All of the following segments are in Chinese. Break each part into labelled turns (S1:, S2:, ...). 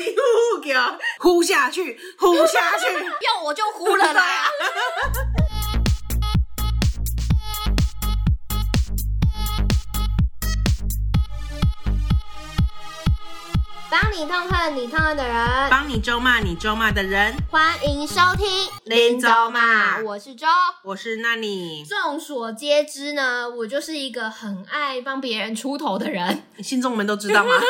S1: 给我呼下去，呼下去。
S2: 用我就呼了啦。帮你痛恨你痛恨的人，
S1: 帮你咒骂你咒骂的人，
S2: 欢迎收听啊
S1: 林州骂
S2: 我是周。
S1: 我是那你，
S2: 众所皆知呢，我就是一个很爱帮别人出头的人。
S1: 信众们都知道吗？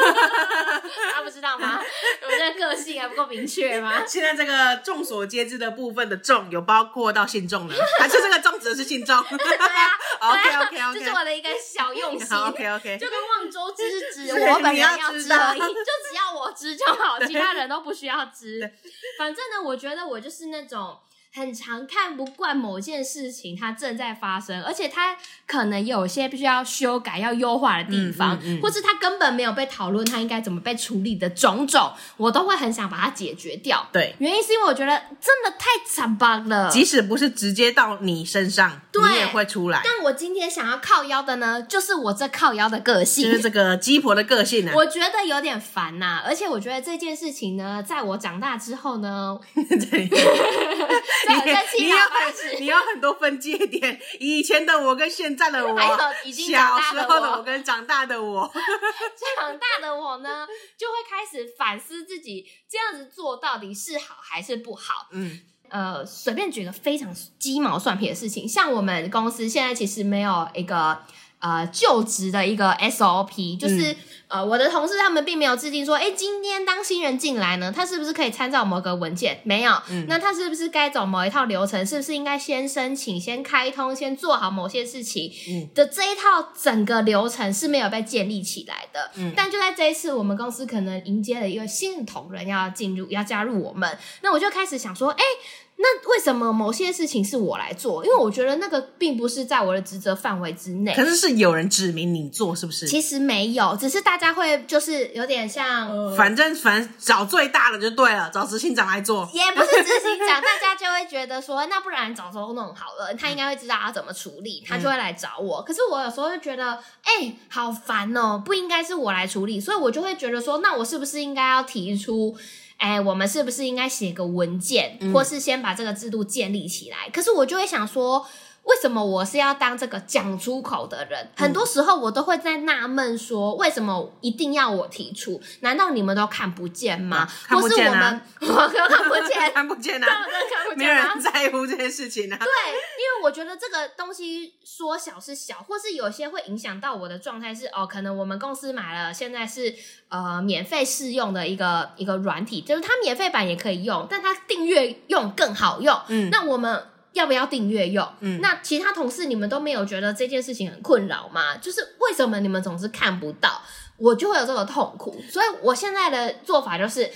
S2: 大家不知道吗？我这个个性还不够明确吗？
S1: 现在这个众所皆知的部分的众，有包括到信众了，还是这个众指的是信众
S2: 啊
S1: ？OK OK
S2: 这是
S1: OK，
S2: 我的一个小用心。
S1: 好 OK OK，
S2: 就跟望州知是指
S1: 对
S2: 我本人
S1: 你要
S2: 要
S1: 知
S2: 知
S1: 道
S2: 而已，就只要我知就好，
S1: 对
S2: 其他人都不需要知
S1: 对。
S2: 反正呢，我觉得我就是那种很常看不惯某件事情它正在发生，而且它可能有些必须要修改、要优化的地方，
S1: 嗯嗯嗯
S2: 或是它根本没有被讨论，它应该怎么被处理的种种，我都会很想把它解决掉。
S1: 对，
S2: 原因是因为我觉得真的太惨吧了，
S1: 即使不是直接到你身上，
S2: 对
S1: 你也会出来，
S2: 但我今天想要靠腰的呢，就是我这靠腰的个性，
S1: 就是这个鸡婆的个性啊。
S2: 我觉得有点烦呐、而且我觉得这件事情呢，在我长大之后 呢，
S1: 对
S2: 在我这
S1: 你
S2: 七
S1: 要
S2: 老八
S1: 很
S2: 十，
S1: 你要很多分界点，以前的我跟现在的我，
S2: 还有已经
S1: 小
S2: 长大
S1: 时
S2: 的
S1: 候的
S2: 我
S1: 我跟长大的我，
S2: 长大的我呢，就会开始反思自己这样子做到底是好还是不好。
S1: 嗯，
S2: 呃，随便举个非常鸡毛蒜皮的事情，像我们公司现在其实没有一个呃就职的一个 SOP，就是、呃我的同事他们并没有制定说，哎，今天当新人进来呢，他是不是可以参照某个文件？没有，那他是不是该走某一套流程？是不是应该先申请、先开通、先做好某些事情？
S1: 嗯
S2: 的这一套整个流程是没有被建立起来的。
S1: 嗯
S2: 但就在这一次，我们公司可能迎接了一个新的同仁要进入，要加入我们，那我就开始想说，哎、那为什么某些事情是我来做？因为我觉得那个并不是在我的职责范围之内。
S1: 可是是有人指明你做，是不是？
S2: 其实没有，只是大家会就是有点像，
S1: 反正反正找最大的就对了，找执行长来做。
S2: 也不是执行长，大家就会觉得说，那不然早周弄好了，他应该会知道要怎么处
S1: 嗯
S2: 理，嗯他就会来找我。可是我有时候就觉得，哎、好烦哦、不应该是我来处理，所以我就会觉得说，那我是不是应该要提出？哎，我们是不是应该写个文件，或是先把这个制度建立起来？可是我就会想说，为什么我是要当这个讲出口的人？很多时候我都会在纳闷说，为什么一定要我提出？难道你们都看不见吗？
S1: 看不见啊，
S2: 或是我们我都看不见
S1: 看不见
S2: 他
S1: 啊
S2: 们，真的看不
S1: 没有
S2: 见吗
S1: 人？在乎这件事情啊。
S2: 对，因为我觉得这个东西说小是小，或是有些会影响到我的状态是哦，可能我们公司买了，现在是呃免费试用的一个一个软体，就是它免费版也可以用，但它订阅用更好用。
S1: 嗯
S2: 那我们要不要订阅用？
S1: 嗯
S2: 那其他同事你们都没有觉得这件事情很困扰吗？就是为什么你们总是看不到？我就会有这个痛苦，所以我现在的做法就是，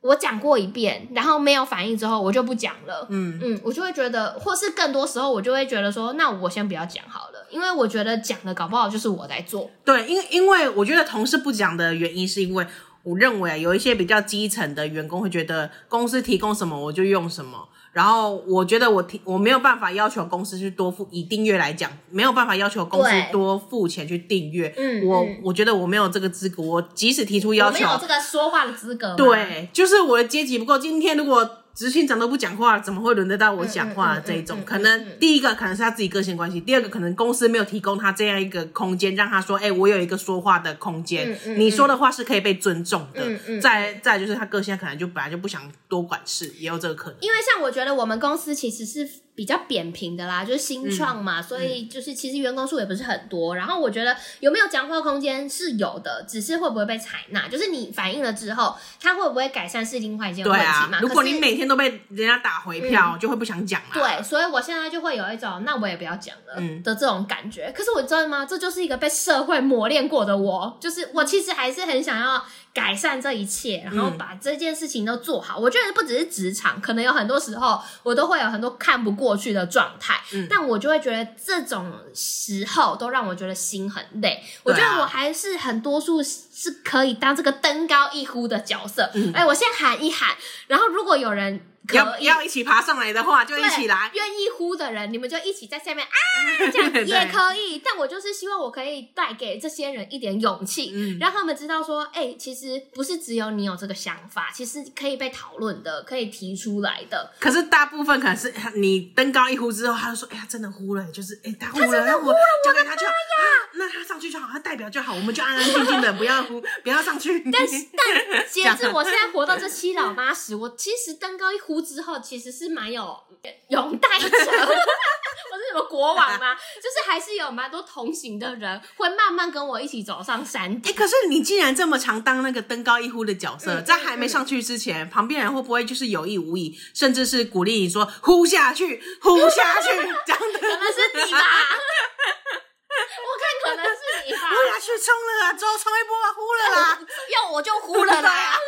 S2: 我讲过一遍，然后没有反应之后，我就不讲了。
S1: 嗯，
S2: 嗯，我就会觉得，或是更多时候，我就会觉得说，那我先不要讲好了，因为我觉得讲了，搞不好就是我在做。
S1: 对，因因为我觉得同事不讲的原因，是因为我认为啊，有一些比较基层的员工会觉得公司提供什么我就用什么，然后我觉得我提我没有办法要求公司去多付，以订阅来讲，没有办法要求公司
S2: 对
S1: 多付钱去订阅。
S2: 嗯
S1: 我
S2: 嗯
S1: 我觉得我没有这个资格，我即使提出要
S2: 我
S1: 求，
S2: 没有这个说话的资格吗。
S1: 对，就是我的阶级不够。今天如果执行长都不讲话，怎么会轮得到我讲话？
S2: 嗯嗯嗯
S1: 这一种、
S2: 嗯嗯
S1: 可能第一个可能是他自己个性关系，第二个可能公司没有提供他这样一个空间，让他说：“哎、我有一个说话的空间，
S2: 嗯嗯
S1: 你说的话是可以被尊重的。
S2: 嗯嗯
S1: 再再就是他个性可能就本来就不想多管事，也有这个可能。
S2: 因为像我觉得我们公司其实是比较扁平的啦，就是新创
S1: 嗯
S2: 嘛，所以就是其实员工数也不是很多。然后我觉得有没有讲话空间是有的，只是会不会被采纳，就是你反映了之后，它会不会改善是另外一件
S1: 对
S2: 问题
S1: 啊
S2: 嘛。，
S1: 如果
S2: 可是嗯
S1: 你每天都被人家打回票，就会不想讲啦。
S2: 对，所以我现在就会有一种那我也不要讲了
S1: 嗯
S2: 的这种感觉。可是我知道吗？这就是一个被社会磨练过的我，就是我其实还是很想要改善这一切，然后
S1: 嗯
S2: 把这件事情都做好。我觉得不只是职场，可能有很多时候我都会有很多看不过去的状态，
S1: 嗯
S2: 但我就会觉得这种时候都让我觉得心很累。我觉
S1: 对啊
S2: 得我还是很多数是可以当这个登高一呼的角色。哎，我先喊一喊，然后如果有人
S1: 嗯
S2: 可
S1: 要
S2: 以
S1: 要一起爬上来的话，就一
S2: 对
S1: 起来。
S2: 啊愿意呼的人，你们就一起在下 面啊，这样
S1: 对
S2: 也可以。但我就是希望我可以带给这些人一点勇气，
S1: 嗯
S2: 让他们知道说，哎、其实不是只有你有这个想法，其实可以被讨论的，可以提出来 的。
S1: 可是大部分可能是你登高一呼之后，他就说：“哎、呀，真的呼了，就是哎、他呼了，那我交给他就好、啊那他上去就好，他代表就好，我们就安安静静的，不要呼，不要上去。”但是
S2: 截至我现在活到这七老八 十，我其实登高一呼之后，其实是蛮有 拥戴者。我是什么国王吗？就是还是有蛮多同行的人会慢慢跟我一起走上山
S1: 哎、
S2: 顶。
S1: 可是你竟然这么常当那个登高一呼的角色，
S2: 嗯
S1: 在还没上去之前，旁边人会不会就是有意无意，甚至是鼓励你说呼下去，呼下去，这样 的
S2: 可能是你吧？我看可能是你吧
S1: 呼。下去，冲了啊，之后冲一波啊，呼了 啦。
S2: 要我就呼了啦。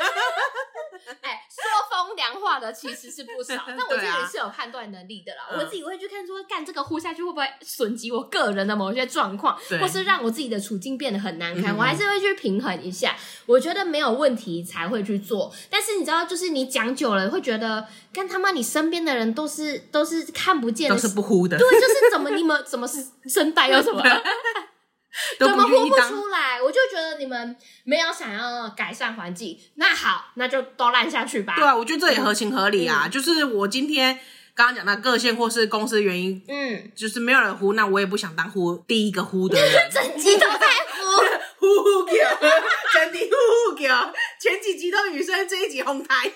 S2: 哎，说风凉话的其实是不 少，但我自
S1: 对啊
S2: 己是有判断能力的啦。
S1: 嗯
S2: 我自己会去看说，干这个呼下去会不会损及我个人的某些状况，
S1: 对
S2: 或是让我自己的处境变得很难
S1: 嗯
S2: 堪，我还是会去平衡一下。我觉得没有问题才会去做，但是你知道，就是你讲久了会觉得，干他妈你身边的人都是都是看不见
S1: 都
S2: 的，
S1: 是不呼的，
S2: 对，就是怎么你们怎么是声带又 怎么
S1: 啊都
S2: 怎么
S1: 愿
S2: 呼
S1: 意
S2: 不
S1: 当。
S2: 出来？我就觉得你们没有想要改善环境，那好，那就都烂下去吧。
S1: 对啊，我觉得这也合情合理啊。就是我今天刚刚讲到个性或是公司原因，
S2: 嗯，。
S1: 就是没有人呼，那我也不想当呼第一个呼的人
S2: 整集都在呼，
S1: 呼呼叫， 整体呼呼叫，前几集都女生，这一集红台。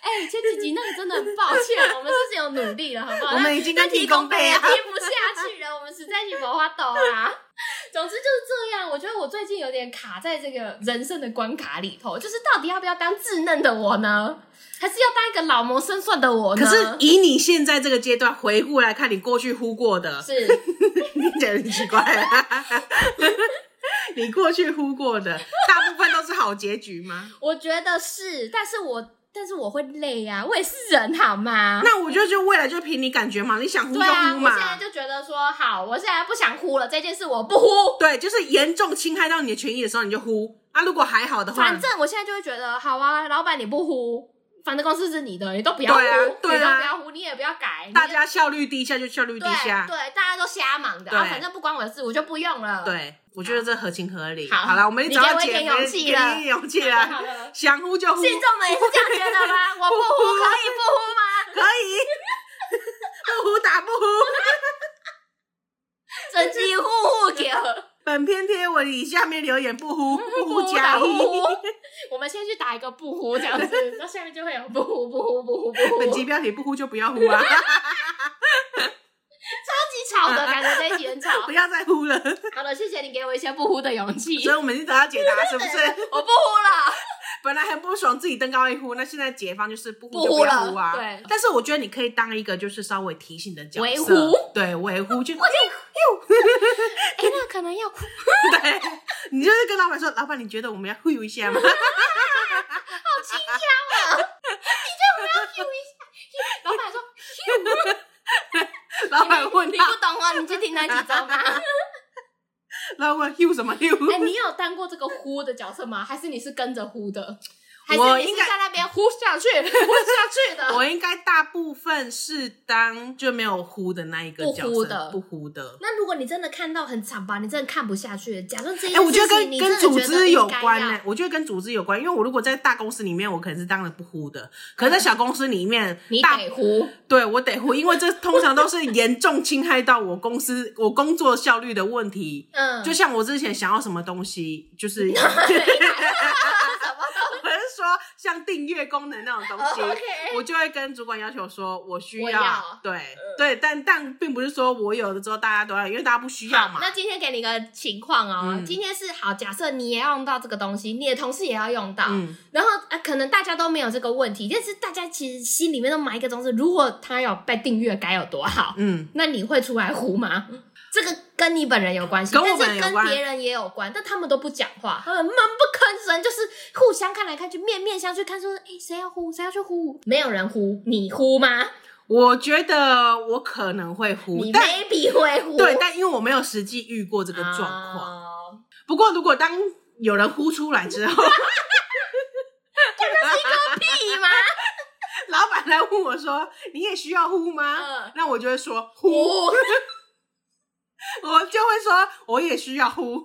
S2: 哎、前几集那个真的很抱歉，我们就是有努力了，好不好？
S1: 我们已经跟
S2: 那提
S1: 提供
S2: 供
S1: 杯
S2: 杯
S1: 啊
S2: 也听不下去了，我们实在是没法抖啦。 总之就是这样，我觉得我最近有点卡在这个人生的关卡里头，就是到底要不要当稚嫩的我呢，还是要当一个老谋深算的我呢？
S1: 可是以你现在这个阶段回顾来看，你过去呼过的，
S2: 是
S1: 你觉得很奇怪 啊。你过去呼过的，大部分都是好结局吗？
S2: 我觉得是，但是我但是我会累呀、我也是人好吗？
S1: 那我就就未来就凭你感觉嘛，你想呼就
S2: 对啊，
S1: 呼
S2: 我
S1: 嘛。
S2: 现在就觉得说好，我现在不想呼了，这件事我不呼。
S1: 对，就是严重侵害到你的权益的时候，你就呼。啊，如果还好的话，
S2: 反正我现在就会觉得好啊，老板你不呼，反正公司是你的，你都不要呼，
S1: 对啊对啊
S2: 你都不要呼，你也不要改，你也
S1: 大家效率低下就效率低
S2: 对
S1: 下。
S2: 对，大家都瞎忙的，
S1: 对
S2: 啊，反正不关我的事，我就不用了。
S1: 对，我觉得这合情合理。
S2: 好
S1: 好了，我们
S2: 你
S1: 找到
S2: 给我一
S1: 解
S2: 点
S1: 决
S2: 勇气了
S1: 给你勇气
S2: 好的， 好
S1: 了，
S2: 的
S1: 想呼就呼，可以
S2: 信众们也是这样觉 得吗？我不呼可以不呼吗？，
S1: 不呼打不呼。
S2: 整集呼呼给。
S1: 本篇贴文以下面留言不呼，不
S2: 不
S1: 呼
S2: 打
S1: 加一
S2: 不。呼，我们先去打一个不呼这样子，那下面就会有不呼不呼不呼不呼，
S1: 本集标题不呼就不要呼啊，
S2: 超级吵
S1: 嗯
S2: 的感觉，这一集很吵。
S1: 不要再呼了。
S2: 好了，谢谢你给我一些不呼的勇气，
S1: 所以我们已经得到解答，是不是？
S2: 我不 呼
S1: 本来很不爽自己登高一呼，那现在解放就是不
S2: 不
S1: 呼就不要
S2: 呼
S1: 呼啊。
S2: 了对
S1: 但是我觉得你可以当一个就是稍微提醒的角色，
S2: 维护
S1: 对维护 就
S2: 了。哎，那可能 要好
S1: 对，你就是跟老板说，老板你觉得我们要忽悠一下吗？
S2: 轻佻啊！你就不要呼一下。老板说
S1: 老板问
S2: 你
S1: 他
S2: 不，懂哦，你去听那几招 吧。
S1: 老板忽悠什么忽悠？
S2: 哎， 你有当过这个呼的角色吗？还是你是跟着呼的？还
S1: 我
S2: 是你
S1: 应
S2: 是
S1: 该
S2: 在那边呼下去、呼下去的？
S1: 我应该大部分是当就没有呼的那一个
S2: 不
S1: 角
S2: 呼
S1: 色，
S2: 的
S1: 不呼的。
S2: 那如果你真的看到很惨吧，你真的看不下去。假如这
S1: 哎、
S2: 件
S1: 我觉得
S2: 事情
S1: 跟
S2: 你真
S1: 跟
S2: 的觉
S1: 组
S2: 得
S1: 织有
S2: 应该啊
S1: 关呢、
S2: 要
S1: 我觉得跟组织有关，因为我如果在大公司里面，我可能是当了不呼的，可是在小公司里面，
S2: 你
S1: 大
S2: 得呼，
S1: 对我得呼，因为这通常都是严重侵害到我公司 我工作效率的问题。
S2: 嗯，
S1: 就像我之前想要什么东西，就是
S2: 什么都
S1: 我是说像订阅功能那种东西
S2: 哦 OK
S1: 我就会跟主管要求说，我需
S2: 我
S1: 要，
S2: 要嗯
S1: 对、对，但但并不是说我有的时候大家都要，因为大家不需要嘛。
S2: 那今天给你个情况哦，
S1: 嗯
S2: 今天是好，假设你也要用到这个东西，你的同事也要用到，
S1: 嗯，
S2: 然后啊，可能大家都没有这个问题，但是大家其实心里面都埋一个东西，如果他有被订阅该有多好，
S1: 嗯，
S2: 那你会出来呼吗？这个跟你本人有关系，
S1: 跟我本
S2: 但
S1: 人
S2: 是
S1: 有
S2: 跟
S1: 关
S2: 别人也有关，但他们都不讲话，他们闷不吭声，就是互相看来看去，面面相觑，看说，哎，谁要呼，谁要去呼？没有人呼，你呼吗？
S1: 我觉得我可能会呼
S2: 你，
S1: 但
S2: maybe 会呼，
S1: 对，但因为我没有实际遇过这个状况，
S2: 哦
S1: 不过如果当有人呼出来之 后，
S2: 屁吗？
S1: 老板来问我说：“你也需要呼吗？”
S2: 嗯
S1: 那我就会说 呼，
S2: 呼
S1: 我就会说我也需要呼。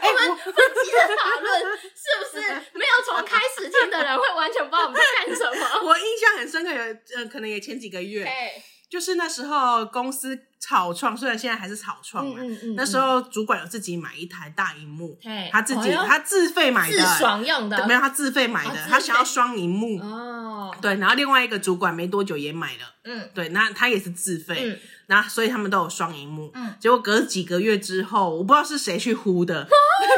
S1: 哎、我
S2: 记得讨论是不是没有从开始听的人会完全不知道我们在干什 么？
S1: 我印象很深刻，有呃，可能也前几个月
S2: 哎，
S1: 就是那时候公司草创，虽然现在还是草创嘛，
S2: 嗯嗯
S1: 那时候主管有自己买一台大荧幕，
S2: 嘿
S1: 他自己、
S2: 哎呦
S1: 他自费买的，
S2: 自爽用的
S1: 没有他自费买的，
S2: 哦自费
S1: 他想要双荧幕。
S2: 哦，
S1: 对，然后另外一个主管没多久也买了，
S2: 嗯
S1: 对，那他也是自费，
S2: 嗯，
S1: 然后所以他们都有双荧幕。
S2: 嗯，啊
S1: 结果隔几个月之后，我不知道是谁去呼的，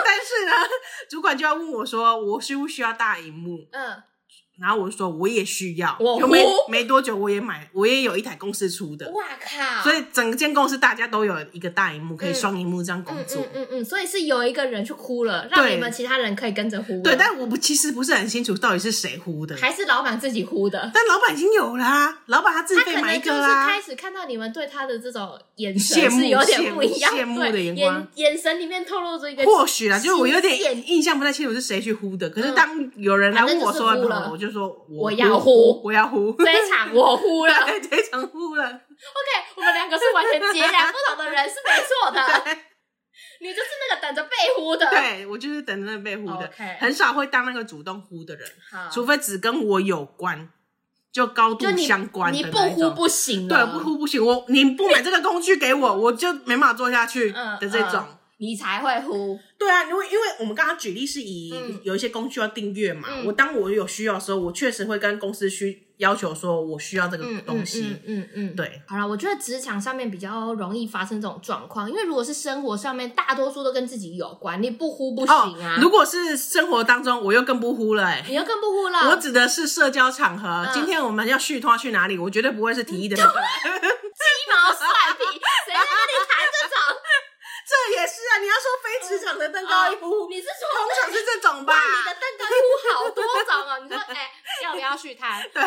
S1: 但是呢，主管就要问我说，我需不需要大荧幕？
S2: 嗯，
S1: 然后我就说我也需要，
S2: 我
S1: 就没
S2: 呼
S1: 没多久我也买，我也有一台公司出的，
S2: 哇靠！
S1: 所以整间公司大家都有一个大荧幕，可以
S2: 嗯
S1: 双荧幕这样工
S2: 嗯
S1: 作。
S2: 嗯嗯嗯，所以是有一个人去哭了，让
S1: 对
S2: 你们其他人可以跟着哭。
S1: 对，但我不其实不是很清楚到底是谁呼的，
S2: 还是老板自己哭的。
S1: 但老板已经有啦、老板他自
S2: 他
S1: 费
S2: 可
S1: 买一
S2: 能就
S1: 个
S2: 是
S1: 啦、
S2: 开始看到你们对他的这种眼
S1: 羡
S2: 神
S1: 慕
S2: 是有点不一样，
S1: 羡慕羡慕
S2: 对
S1: 的眼光
S2: 眼眼神里面透露着一个
S1: 或许啦，就是我有
S2: 信
S1: 点
S2: 念
S1: 印象不太清楚是谁去呼的。可是
S2: 嗯
S1: 当有人来
S2: 反
S1: 问
S2: 正
S1: 我
S2: 就是
S1: 说，
S2: 呼了
S1: 我就说我
S2: 我要
S1: 呼
S2: 呼，
S1: 我要呼，
S2: 这一场我哭了。
S1: 对，这一场呼了。
S2: OK，我们两个是完全截然不同的人，是没错的。
S1: 对，
S2: 你就是那个等着被呼的。
S1: 对我就是等着被呼的
S2: OK
S1: 很少会当那个主动呼的人，
S2: 好，
S1: 除非只跟我有关，就高度
S2: 就你
S1: 相关的
S2: 你
S1: 那
S2: 不呼
S1: 种
S2: 不行啊
S1: 对，
S2: 了，
S1: 不哭不行，我你不买这个工具给我，我就没办法做下去
S2: 嗯
S1: 的这种。
S2: 嗯你才会呼。
S1: 对啊，因为因为我们刚刚举例是以
S2: 嗯
S1: 有一些工具要订阅嘛，
S2: 嗯
S1: 我当我有需要的时候，我确实会跟公司需要求说我需要这个
S2: 嗯
S1: 东西。
S2: 嗯嗯嗯，嗯。
S1: 对，
S2: 好了，我觉得职场上面比较容易发生这种状况，因为如果是生活上面，大多数都跟自己有关，你不呼不行啊，
S1: 哦如果是生活当中，我又更不呼了、欸，
S2: 你又更不呼了。
S1: 我指的是社交场合，
S2: 嗯
S1: 今天我们要续拖去哪里？我绝对不会是提议的那个，
S2: 鸡毛蒜皮，谁在跟你谈这 种？
S1: 这也是啊。你要说非职场的登高一呼，
S2: 你是
S1: 通
S2: 说
S1: 常是这种吧
S2: 哇，？嗯你的邓跟呼好多种哦？你说哎、要不要去谈？
S1: 对，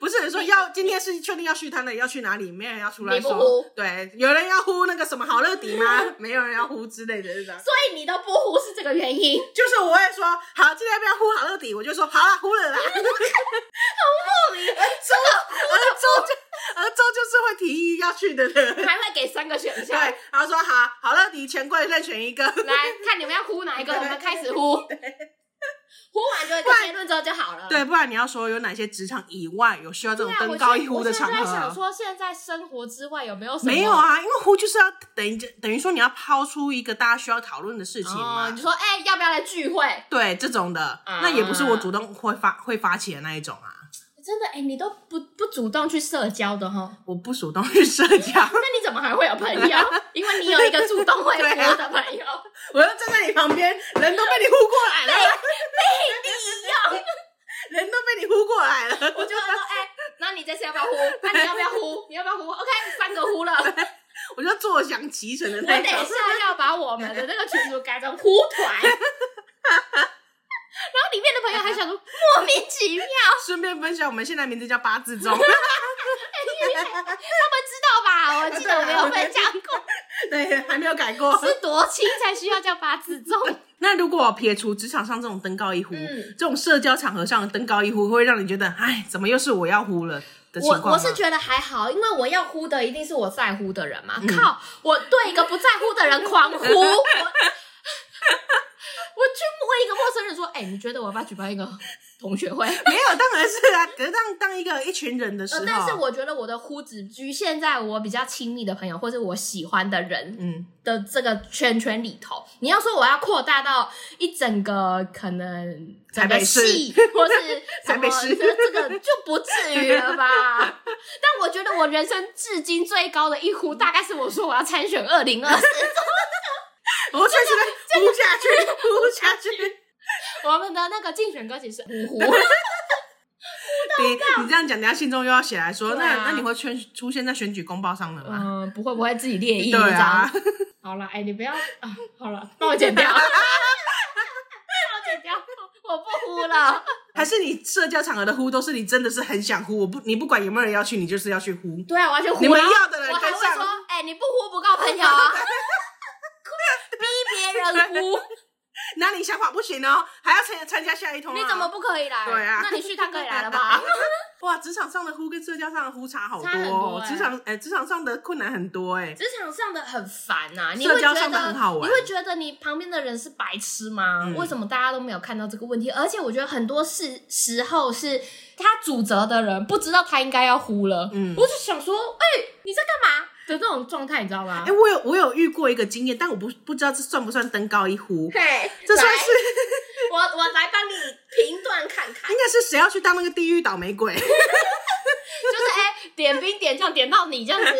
S1: 不是说要今天是确定要续摊了，要去哪里？没有人要出来
S2: 你不
S1: 说
S2: 呼。
S1: 对，有人要呼那个什么好乐迪 吗？没有人要呼之类的这种。
S2: 所以你都不呼是这个原 因，
S1: 就是我会说，好，今天要不要呼好乐迪？我就说好啦，呼 了啦。而
S2: 莫名
S1: 周就而周就是会提议要去的人，
S2: 还会给三个选
S1: 对
S2: 项，，
S1: 然后说好，好乐迪钱柜任选一个，
S2: 来看你们要呼哪一个，我们开始呼，呼完就一个结论之后就好了。
S1: 对，不然你要说有哪些职场以外有需要这
S2: 对
S1: 种
S2: 啊，我
S1: 登高
S2: 现
S1: 一呼的场
S2: 我现在在想
S1: 合？
S2: 说，现在生活之外有没有什么？
S1: 没有啊，因为呼就是要等于等于说你要抛出一个大家需要讨论的事情嘛。
S2: 哦，你说哎、要不要来聚会？
S1: 对这种的，
S2: 啊
S1: 那也不是我主动会发会发起的那一种啊，
S2: 真的哎、你都不不主动去社交的哈，
S1: 我不主动去社交，
S2: 那你怎么还会有朋 友？因为你有一个主动会呼的朋友，哎
S1: 我要站在你旁边，人都被你呼过来了，
S2: 利用。
S1: 人都被你呼过来了，
S2: 我就会说哎、那你这次要不要呼？那、你要不要呼？你要不要呼？OK，三个呼了。我
S1: 我就坐享其成的那
S2: 等
S1: 一
S2: 一
S1: 种。
S2: 下要把我们的那个群组改成呼 团。然后里面的朋友还想说 莫名其妙，
S1: 顺便分享，我们现在名字叫八字 钟，
S2: 他们知道吧？我记得我没有分享过。
S1: 对，还没有改过。
S2: 是多轻才需要叫八字重？
S1: 那如果撇除职场上这种登高一呼，
S2: 嗯
S1: 这种社交场合上的登高一呼，会让你觉得，哎，怎么又是我要呼了的情
S2: 我
S1: 况吗
S2: 我是觉得还好，因为我要呼的一定是我在乎的人嘛。
S1: 嗯
S2: 靠，我对一个不在乎的 人狂呼，我我去问一个陌生人说：“哎、你觉得我要不要举办一个同学会？”
S1: 没有，当然是啊。可是当当一个一群人的时
S2: 呃
S1: 候，，啊
S2: 但是我觉得我的呼只局限在我比较亲密的朋友或者我喜欢的人
S1: 嗯，
S2: 的这个圈圈里头。你要说我要扩大到一整个可能 整
S1: 台
S2: 个
S1: 北市
S2: 系，或 是什么
S1: 台北市
S2: 这这个就不至于了吧？ 但我觉得我人生至今最高的一呼，大概是我说我要参选二零二四，
S1: 我确实在呼下去，呼下去。
S2: 我们的那个竞选歌曲是 五呼。
S1: 你你这样讲，等一下信中又要写来说，
S2: 对啊
S1: 那那你会圈出现在选举公报上的吗？
S2: 嗯，不会不会自 己列一
S1: 对啊，
S2: 好了，哎、你不要啊，好了，帮我剪掉，帮我剪掉，我不呼了。
S1: 还是你社交场合的呼都是你真的是很想呼，我不你不管有没有人要去，你就是要去呼。
S2: 对啊，我要去呼了。
S1: 你们要的人
S2: 我还
S1: 跟
S2: 会
S1: 上
S2: 说，哎、你不呼不够朋友啊，逼别人人屋，
S1: 那你想法不行哦，还要参参加下一通、啊。
S2: 你怎么不可以来？
S1: 对啊
S2: 那你去他可以来了吧？
S1: 哇？职场上的呼跟社交上的呼差好多、
S2: 差很多
S1: 哦，
S2: 欸
S1: 职场哎，职、场上的困难很多哎、
S2: 职场上的很烦呐、你会
S1: 社
S2: 觉
S1: 交
S2: 得
S1: 上的很好玩
S2: 你会觉得你旁边的人是白痴吗？
S1: 嗯
S2: 为什么大家都没有看到这个问题？而且我觉得很多事时候是他主责的人不知道他应该要呼了，
S1: 嗯
S2: 我就想说，哎、你在干嘛的这种状态，你知道吗
S1: 哎、？我有我有遇过一个经验，但我不不知道这算不算登高一呼，
S2: 嘿，
S1: 这算
S2: 来
S1: 是
S2: 我我来帮你评断看看
S1: 应，该是谁要去当那个地狱倒霉鬼？
S2: 就是哎、点兵点将点到你这 样子，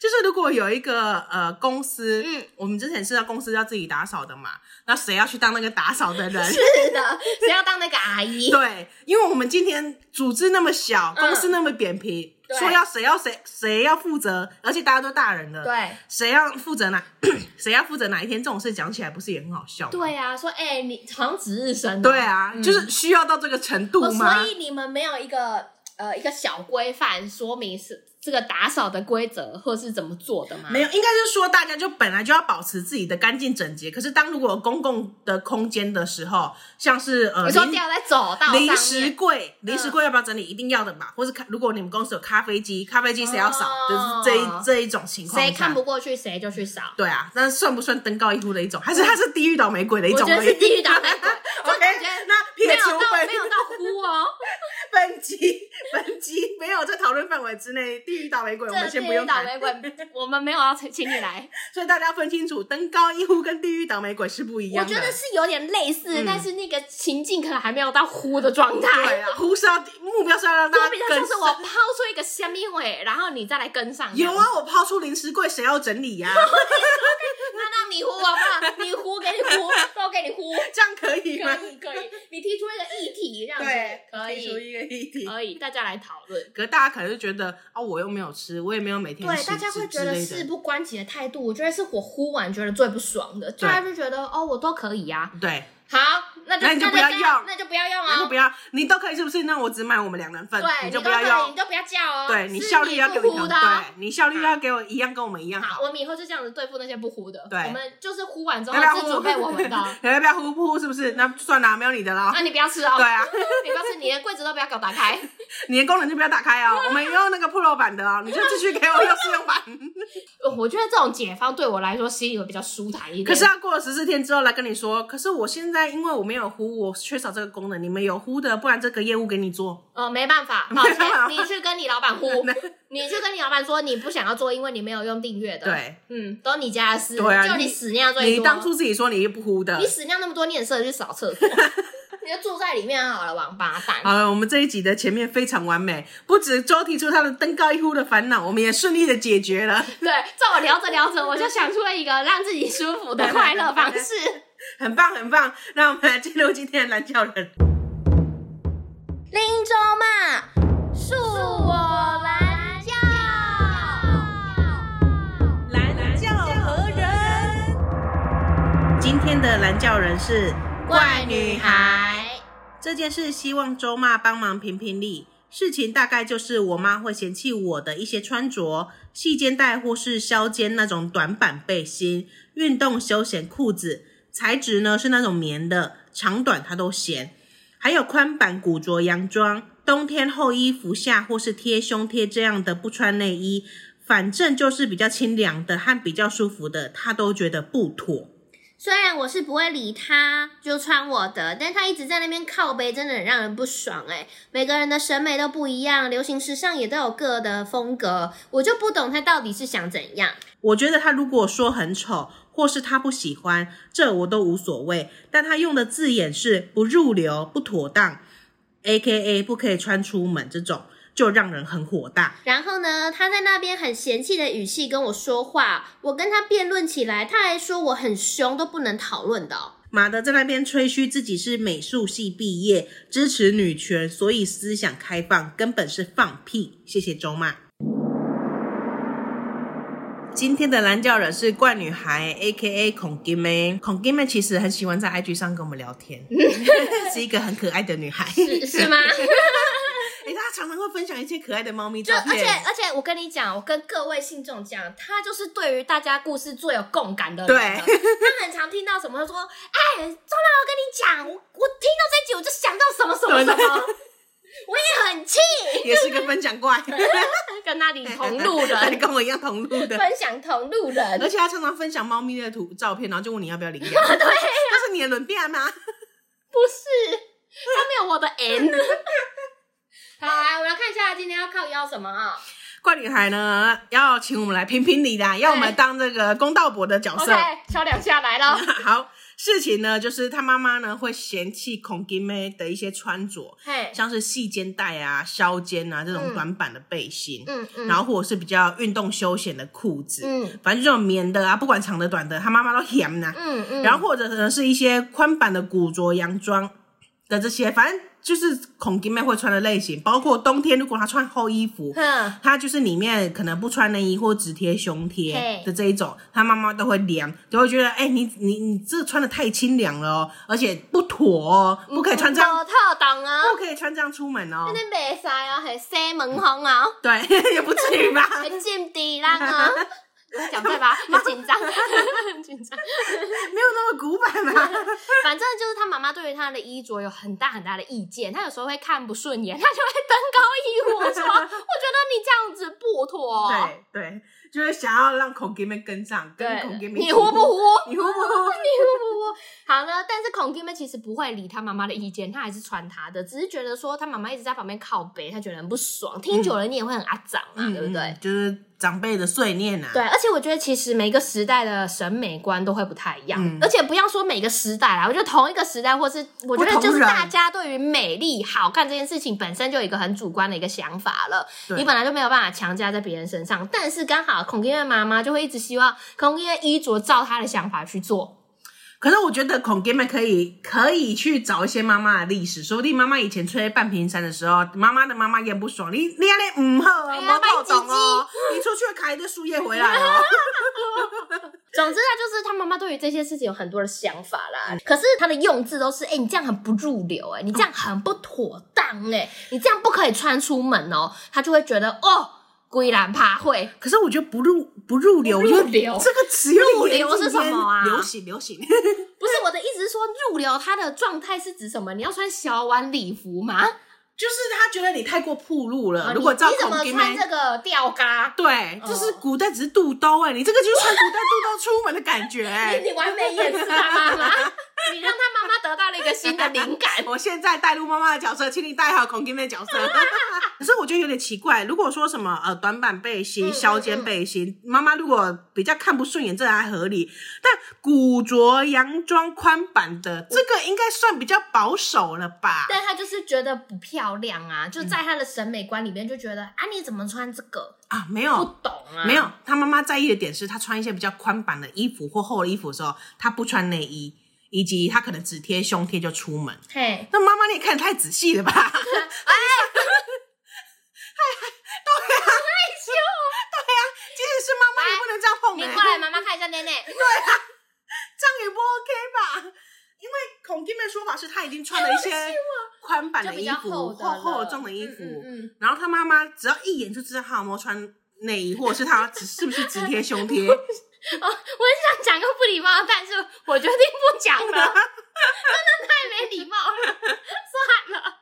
S1: 就是如果有一个呃公司，
S2: 嗯，
S1: 我们之前是要公司要自己打扫的嘛，那谁要去当那个打扫的 人？
S2: 是的，谁要当那个阿姨？
S1: 对，因为我们今天组织那么小，
S2: 嗯
S1: 公司那么扁平，
S2: 对
S1: 说要谁要谁谁要负责，而且大家都大人了，，
S2: 对。
S1: 谁要负责哪 谁要负责哪一天这种事讲起来不是也很好笑吗？
S2: 对啊，说哎、你好像值日生哦、
S1: 对啊，
S2: 嗯
S1: 就是需要到这个程度
S2: 哦，
S1: 吗？
S2: 所以你们没有一个呃一个小规范说明是这个打扫的规则或是怎么做的吗？
S1: 没有，应该是说大家就本来就要保持自己的干净整洁。可是当如果有公共的空间的时候，像是呃
S2: 你说
S1: 零
S2: 掉在走道上面
S1: 零食柜，零食柜要不要整理？一定要的嘛。或是咖如果你们公司有咖啡机，咖啡机谁要扫？
S2: 哦
S1: 就是这一这一种情况
S2: 谁
S1: 下
S2: 看不过去谁就去扫。
S1: 对啊，那算不算登高一呼的一种？还是它是地狱倒霉鬼的一
S2: 我
S1: 种
S2: 觉得
S1: 而已？
S2: 是地狱倒霉鬼
S1: OK，
S2: 这感觉
S1: 那
S2: 没
S1: 撇
S2: 有
S1: 除
S2: 到
S1: 本
S2: 没有到呼哦，
S1: 本集本集没有在讨论范围之内，地狱倒霉鬼 我
S2: 这
S1: 们
S2: 地
S1: 先不
S2: 狱
S1: 用
S2: 倒
S1: 谈。
S2: 霉鬼，我们没有要请你来。
S1: 所以大家要分清楚，登高一呼跟地狱倒霉鬼是 不一
S2: 我
S1: 样的。
S2: 觉得是有点类似，
S1: 嗯
S2: 但是那个情境可能还没有到呼的状
S1: 对
S2: 态。
S1: 啊，呼是要目标是要让大
S2: 就
S1: 家
S2: 比较
S1: 跟
S2: 像是我抛出一个虾米尾，然后你再来跟上。
S1: 有啊，我抛出零食柜，谁要整理 呀、
S2: 那让你呼好不好？你呼给你呼，都给你呼，
S1: 这样可以吗？
S2: 可以可以，你提出一个议题这样子
S1: 对，，
S2: 可
S1: 提出
S2: 以
S1: 一个议题。
S2: 可以，大家来讨论。
S1: 可是大家可能就觉得啊，我又没有吃，我也没有每天
S2: 对，
S1: 吃
S2: 大家
S1: 之
S2: 会觉
S1: 之
S2: 得
S1: 类
S2: 事
S1: 的
S2: 不关己的态度，我觉得是我呼完觉得最不爽的，大家就觉得哦，我都可以啊。
S1: 对，
S2: 好，那就
S1: 那你就不要
S2: 这
S1: 要
S2: 样那就不要用
S1: 那就
S2: 哦
S1: 不。要，你都可以是不是？那我只买我们两人份，
S2: 对，
S1: 就
S2: 都
S1: 不
S2: 可
S1: 要
S2: 以，
S1: 要
S2: 你，就不要叫哦。
S1: 对
S2: 是
S1: 效率要给
S2: 不
S1: 我一
S2: 呼
S1: 样，
S2: 的哦。
S1: 对你效率要给我一样，跟我们一样
S2: 好，我们以后就这样子对付那些不呼的。
S1: 对
S2: 我们就是呼完之
S1: 要
S2: 后
S1: 不要
S2: 是
S1: 呼？
S2: 准备我们的。
S1: 要不要呼不呼？是不是？那算了，没有你的啦
S2: 那。你不要吃哦
S1: 对，啊，
S2: 你不要吃，你连柜子都不要给我打开。
S1: 你的功能就不要打开 哦，我们用那个 Pro 版的哦，你就继续给我用试用版。
S2: 我觉得这种解放对我来说心里会比较舒坦一点。
S1: 可是，他过了十四天之后来跟你说，可是我现在因为我没有呼，我缺少这个功能，你们有呼的，不然这个业务给你做。
S2: 呃，没办法，抱歉
S1: 没办，法
S2: 你去跟你老板 呼，你去跟你老板说你不想要做，因为你没有用订阅的。，
S1: 对，
S2: 嗯，都你家的事，
S1: 对啊
S2: 就
S1: 你
S2: 你屎尿最多。
S1: 你当初自己说你又不呼的
S2: 你。屎尿那么多，你也适合去扫 厕所，你就住在里面好了，王八蛋。
S1: 好了，我们这一集的前面非常完美，不止周提出他的登高一呼的烦恼，我们也顺利的解决了，
S2: 对，在我聊着聊着，我就想出了一个让自己舒服的快乐方式。
S1: 很棒很棒。那我们来进入今天的蓝教人，
S2: 林州嘛，恕我蓝教。
S1: 蓝教何人？今天的蓝教人是
S2: 怪女孩。
S1: 这件事希望周妈帮忙评评理。事情大概就是我妈会嫌弃我的一些穿着，细肩带或是削肩那种短版背心，运动休闲裤子，材质呢是那种棉的，长短她都嫌。还有宽版古着洋装，冬天厚衣服下或是贴胸贴这样的不穿内衣，反正就是比较清凉的和比较舒服的，她都觉得不妥。
S2: 虽然我是不会理他，就穿我的，但他一直在那边靠背，真的很让人不爽哎、每个人的审美都不一样，流行时尚也都有各的风格，我就不懂他到底是想怎样。
S1: 我觉得他如果说很丑，或是他不喜欢，这我都无所谓。但他用的字眼是不入流、不妥当，A K A 不可以穿出门这种，就让人很火大。
S2: 然后呢，他在那边很嫌弃的语气跟我说话，我跟他辩论起来，他还说我很凶，都不能讨论的哦、
S1: 马德在那边吹嘘自己是美术系毕业，支持女权，所以思想开放，根本是放屁。谢谢周妈。今天的蓝教人是怪女孩，A K A 孔金妹。孔金妹其实很喜欢在 IG 上跟我们聊天，是一个很可爱的女孩。
S2: 是是吗？
S1: 哎、他常常会分享一些可爱的猫咪
S2: 就
S1: 照
S2: 而且
S1: 片，
S2: 而且，我跟你讲，我跟各位信众讲，他就是对于大家故事最有共感的人。
S1: 对
S2: 他很常听到什么说，哎，周亮，我跟你讲，我我听到这一集我就想到什么什么什么，我也很气，
S1: 也是个分享怪，
S2: 跟那里同路人
S1: 跟我一样同路的。
S2: 分享同路
S1: 而
S2: 人，
S1: 且他常常分享猫咪的图照片，然后就问你要不要领 养。对、那是你的轮变吗？
S2: 不是他没有我的 N。好，来，我们来看一下今天要靠腰什么啊、
S1: 怪女孩呢，要请我们来评评理啦，要我们当这个公道伯的角
S2: OK，
S1: 色。
S2: 敲两下来了。
S1: 好，事情呢，就是他妈妈呢会嫌弃孔金妹的一些穿着，
S2: 嘿，
S1: 像是细肩带啊、削肩啊这种
S2: 嗯
S1: 短版的背心，
S2: 嗯嗯，
S1: 然后或者是比较运动休闲的裤子，
S2: 嗯
S1: 反正这种棉的啊，不管长的短的，他妈妈都嫌呐、
S2: 嗯嗯，
S1: 然后或者呢是一些宽版的古着洋装的这些，反正就是孔金妹会穿的类型，包括冬天如果她穿厚衣服，
S2: 哼。
S1: 她就是里面可能不穿内衣或只贴胸贴
S2: 嘿
S1: 的这一种，她妈妈都会量，就会觉得哎、你你你这穿的太清凉了哦，而且不妥哦，
S2: 嗯
S1: 不可以穿这样，
S2: 无套档啊，
S1: 不可以穿这样出门哦
S2: 安尼，袂使啊，系西门风啊，
S1: 啊对， 也不至于 吧。
S2: 系禁地人啊。 讲对吧？很 紧张，很紧张。
S1: 没有那么古板 啊，
S2: 反正就是他妈妈对于他的衣着有很大很大的意见，他有时候会看不顺眼，他就会登高一呼 说：“我觉得你这样子不妥。”
S1: 对对，就是想要让孔金妹跟上，跟孔
S2: 对，
S1: 金妹嗯
S2: 你糊不糊？
S1: 你糊不糊？
S2: 你糊不糊？好呢，但是孔弟妹其实不会理他妈妈的意见，她还是穿她的，只是觉得说他妈妈一直在旁边靠背，她觉得很不爽。听久了你也会很阿长嘛，对不对
S1: 嗯？？就是长辈的碎念啊。
S2: 对，而且我觉得其实每个时代的审美观都会不太一样，
S1: 嗯
S2: 而且不要说每个时代啦，我觉得同一个时代，或是我觉得
S1: 不同
S2: 就是
S1: 人
S2: 大家对于美丽、好看这件事情本身就有一个很主观的一个想法了，
S1: 对
S2: 你本来就没有办法强加在别人身上，但是刚好孔丁的妈妈就会一直希望孔丁的衣着照她的想法去做，
S1: 可是我觉得孔爹们可以可以去找一些妈妈的历史，说不定妈妈以前吹半瓶山的时候，妈妈的妈妈也不爽，你你安尼唔好
S2: 哎
S1: 哦，
S2: 呀
S1: 没搞懂哦，你出去砍一堆树叶回来 哦。
S2: 总之，他就是他妈妈对于这些事情有很多的想法啦。可是他的用字都是：哎、你这样很不入流、哎，你这样很不妥当、哎，你这样不可以穿出门哦。他就会觉得，哦，归然怕会，
S1: 可是我觉得不入不入流，
S2: 不入
S1: 我觉得
S2: 流
S1: 这个词有
S2: 入
S1: 点
S2: 流是什么啊
S1: 流行流行，
S2: 不是我的意思是说，入流他的状态是指什么？你要穿小晚礼服吗？
S1: 就是他觉得你太过铺路了。
S2: 啊
S1: 呃如果
S2: 你
S1: 照
S2: 你怎
S1: 孔
S2: 么
S1: 爹
S2: 穿
S1: 们，
S2: 这个吊嘎？
S1: 对，就是古代只是肚兜哎，你这个就是穿古代肚兜出门的感觉哎。。
S2: 你你完美掩饰他妈妈， 你让他妈妈得到了一个新的灵感
S1: 我现在带入妈妈的角色，请你带好孔金妹的角色。 可是我觉得有点奇怪，如果说什么呃短版背心、
S2: 嗯
S1: 削肩背心，妈妈如果比较看不顺眼，这还合理。但古着洋装宽版的这个应该算比较保守了吧？
S2: 但他就是觉得不漂亮啊，就在他的审美观里面就觉得、啊，你怎么穿这个？
S1: 啊，没
S2: 不
S1: 有。
S2: 懂啊，
S1: 没有，他妈妈在意的点是，她穿一些比较宽版的衣服或厚的衣服的时候，她不穿内衣，以及她可能只贴胸贴就出门。
S2: 嘿，
S1: 那妈妈你也看得太仔细了 吧？哎，对呀、
S2: 害羞。
S1: 啊即使是妈妈也不能这样碰、
S2: 你
S1: 欸，
S2: 过来，妈妈看一下内内。
S1: 这样也不 OK 吧？因为孔弟妹说法是她已经穿了一
S2: 哎
S1: 些宽版
S2: 哦就
S1: 的
S2: 比
S1: 衣
S2: 较
S1: 服，
S2: 厚的
S1: 厚厚
S2: 了
S1: 重的衣服，
S2: 嗯嗯嗯
S1: 然后她妈妈只要一眼就知道她有没有穿内衣，或者是她只是不是直贴胸 贴，
S2: 哦，我很想讲个不礼貌，但是我决定不讲 了，真的太没礼貌了，算了。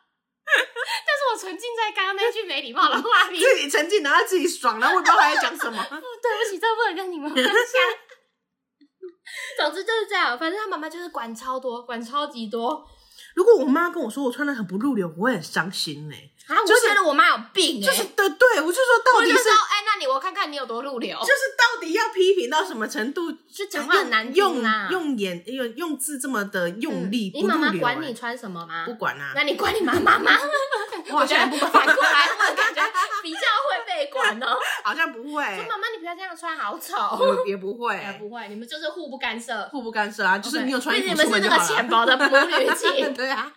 S2: 但是我沉浸在刚刚那句没礼貌的话里，
S1: 自己沉浸，然后自己爽，然后我也不知道她在讲什么。
S2: 对不起，这不能跟你们分享。总之就是这样，反正他妈妈就是管超多，管超级多
S1: 如果我妈跟我说我穿的很不入流，我会很伤心呢、欸
S2: 啊！我
S1: 就是
S2: 觉得我妈有病、欸，
S1: 就是对对，我就说到
S2: 我
S1: 底
S2: 就是说，哎、那你我看看你有多入流，
S1: 就是到底要批评到什么程度？
S2: 就讲话很难
S1: 用
S2: 听啊
S1: 用眼用用字这么的用力，
S2: 嗯你
S1: 不
S2: 妈
S1: 入
S2: 妈
S1: 流
S2: 管
S1: 欸
S2: 你穿什么吗
S1: 不？管啊，
S2: 那你管你妈妈吗？
S1: 我好像也不管
S2: 反过来，我感觉比较会被 管哦。
S1: 好像不会、
S2: 说妈妈，你不要这样穿，好丑。
S1: 我也不 会、
S2: 哎，不会，你们就是互不干涉。
S1: 互不干涉啊，就是你有穿衣
S2: 你
S1: 服
S2: 们
S1: 出
S2: 是
S1: 门
S2: 那
S1: 就
S2: 个
S1: 好
S2: 浅
S1: 了。
S2: 薄的母 女情，
S1: 对啊，